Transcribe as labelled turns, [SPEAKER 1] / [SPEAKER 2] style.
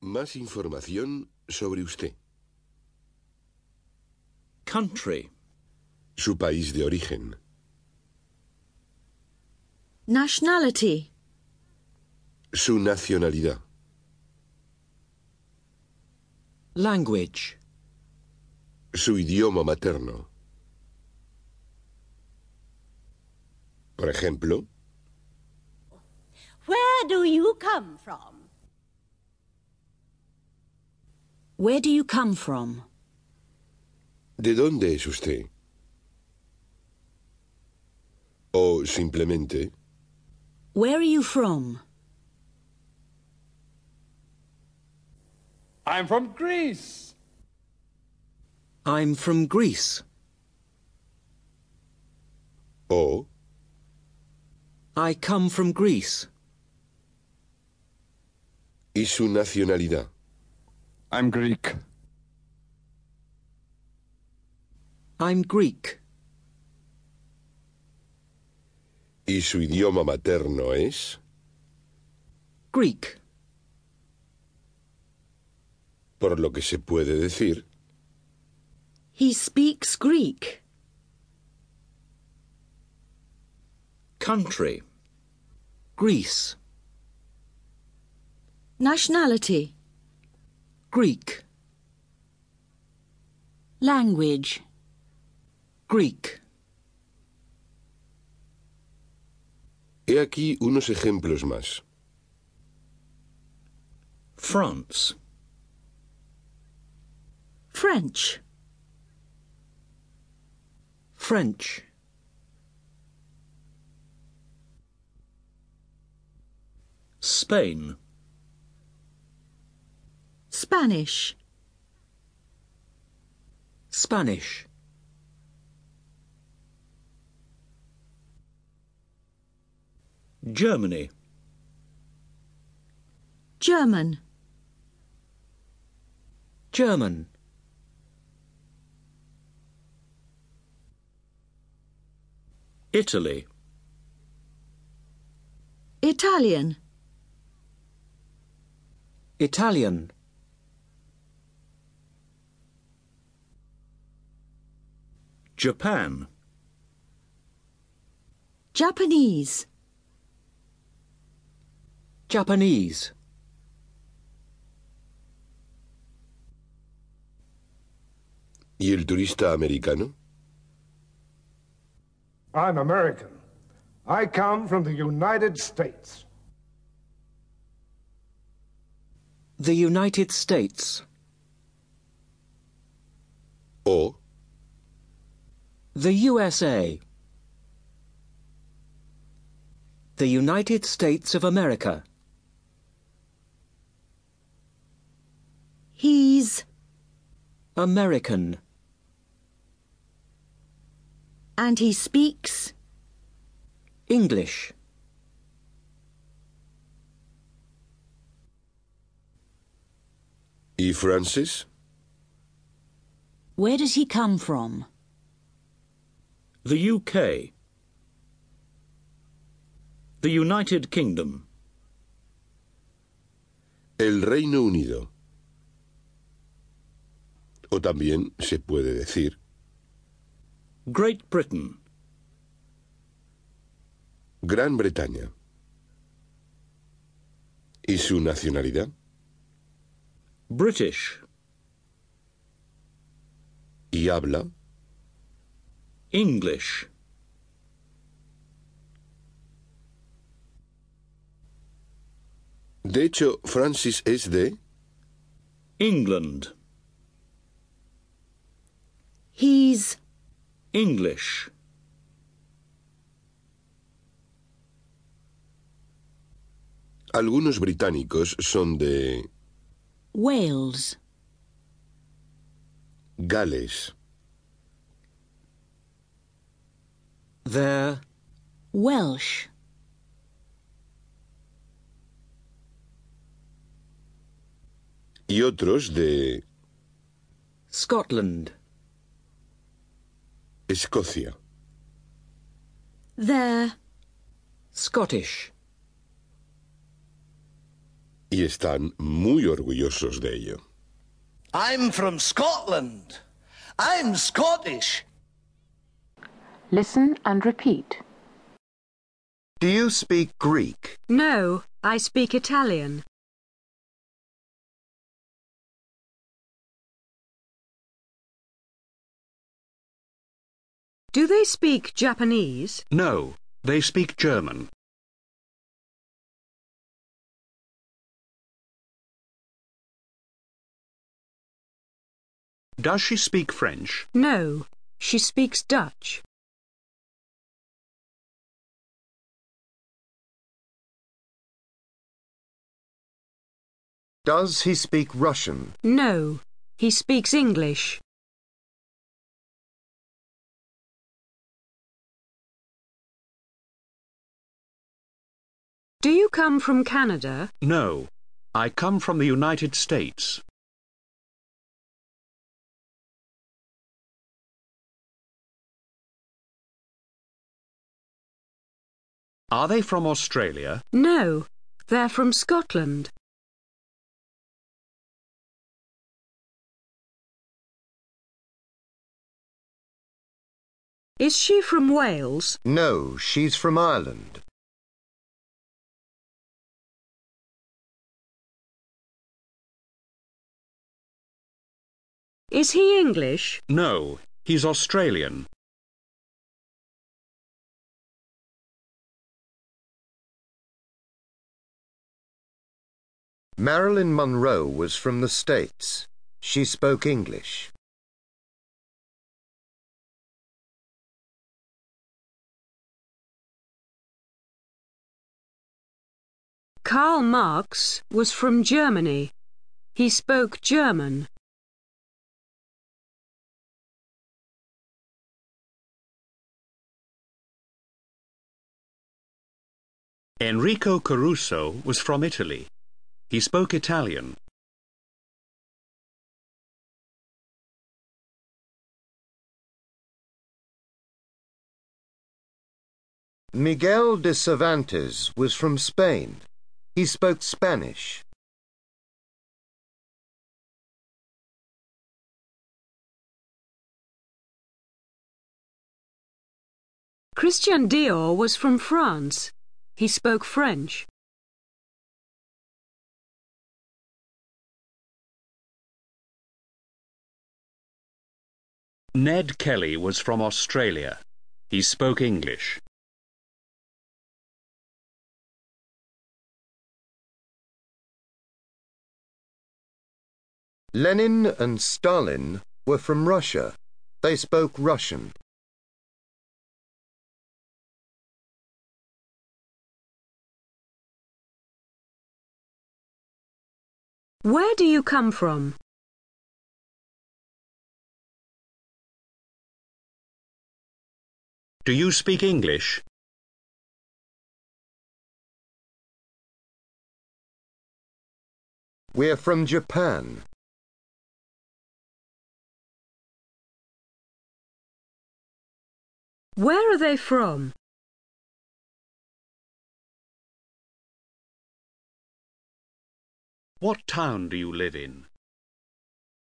[SPEAKER 1] Más información sobre usted.
[SPEAKER 2] Country.
[SPEAKER 1] Su país de origen.
[SPEAKER 3] Nationality.
[SPEAKER 1] Su nacionalidad.
[SPEAKER 2] Language.
[SPEAKER 1] Su idioma materno. Por ejemplo,
[SPEAKER 4] Where do you come from?
[SPEAKER 3] Where do you come from?
[SPEAKER 1] ¿de dónde es usted? O simplemente,
[SPEAKER 3] Where are you from?
[SPEAKER 5] I'm from Greece.
[SPEAKER 2] I'm from Greece.
[SPEAKER 1] o
[SPEAKER 2] I come from Greece.
[SPEAKER 1] y su nacionalidad.
[SPEAKER 5] I'm Greek.
[SPEAKER 2] I'm Greek.
[SPEAKER 1] Y su idioma materno es,
[SPEAKER 2] Greek.
[SPEAKER 1] por lo que se puede decir,
[SPEAKER 3] He speaks Greek.
[SPEAKER 2] Country. Greece.
[SPEAKER 3] Nationality.
[SPEAKER 2] Greek.
[SPEAKER 3] Language.
[SPEAKER 2] Greek.
[SPEAKER 1] he aquí unos ejemplos más.
[SPEAKER 2] France.
[SPEAKER 3] French.
[SPEAKER 2] French. Spain.
[SPEAKER 3] Spanish.
[SPEAKER 2] Spanish. Germany.
[SPEAKER 3] German.
[SPEAKER 2] German. Italy.
[SPEAKER 3] Italian.
[SPEAKER 2] Italian. Japan.
[SPEAKER 3] Japanese.
[SPEAKER 2] Japanese.
[SPEAKER 1] ¿Y el turista americano?
[SPEAKER 6] I'm American. I come from the United States.
[SPEAKER 2] The United States.
[SPEAKER 1] O,
[SPEAKER 2] The USA. The United States of America.
[SPEAKER 3] He's
[SPEAKER 2] American.
[SPEAKER 3] and he speaks
[SPEAKER 2] English.
[SPEAKER 1] ¿y francés?
[SPEAKER 3] Where does he come from?
[SPEAKER 2] The UK. The United Kingdom.
[SPEAKER 1] El Reino Unido. O también se puede decir
[SPEAKER 2] Great Britain.
[SPEAKER 1] Gran Bretaña. ¿Y su nacionalidad?
[SPEAKER 2] British.
[SPEAKER 1] ¿Y habla?
[SPEAKER 2] English.
[SPEAKER 1] De hecho, Francis es de
[SPEAKER 2] England.
[SPEAKER 3] He's
[SPEAKER 2] English.
[SPEAKER 1] Algunos británicos son de
[SPEAKER 3] Wales.
[SPEAKER 1] Gales,
[SPEAKER 2] They're
[SPEAKER 3] Welsh.
[SPEAKER 1] y otros de
[SPEAKER 2] Scotland.
[SPEAKER 1] Escocia.
[SPEAKER 3] They're
[SPEAKER 2] Scottish.
[SPEAKER 1] y están muy orgullosos de ello.
[SPEAKER 7] I'm from Scotland. I'm Scottish.
[SPEAKER 8] Listen and repeat.
[SPEAKER 9] Do you speak Greek?
[SPEAKER 10] No, I speak Italian. Do they speak Japanese?
[SPEAKER 11] No, they speak German. Does she speak French?
[SPEAKER 10] No, she speaks Dutch.
[SPEAKER 9] Does he speak Russian?
[SPEAKER 10] No, he speaks English. Do you come from Canada?
[SPEAKER 11] No, I come from the United States. Are they from Australia?
[SPEAKER 10] No, they're from Scotland. Is she from Wales?
[SPEAKER 9] No, she's from Ireland.
[SPEAKER 10] Is he English?
[SPEAKER 11] No, he's Australian.
[SPEAKER 9] Marilyn Monroe was from the States. She spoke English.
[SPEAKER 10] Karl Marx was from Germany. He spoke German.
[SPEAKER 11] Enrico Caruso was from Italy. He spoke Italian.
[SPEAKER 9] Miguel de Cervantes was from Spain. He spoke Spanish.
[SPEAKER 10] Christian Dior was from France. He spoke French.
[SPEAKER 11] Ned Kelly was from Australia. He spoke English.
[SPEAKER 9] Lenin and Stalin were from Russia. They spoke Russian.
[SPEAKER 10] Where do you come from?
[SPEAKER 11] Do you speak English?
[SPEAKER 9] We're from Japan.
[SPEAKER 10] Where are they from?
[SPEAKER 11] What town do you live in?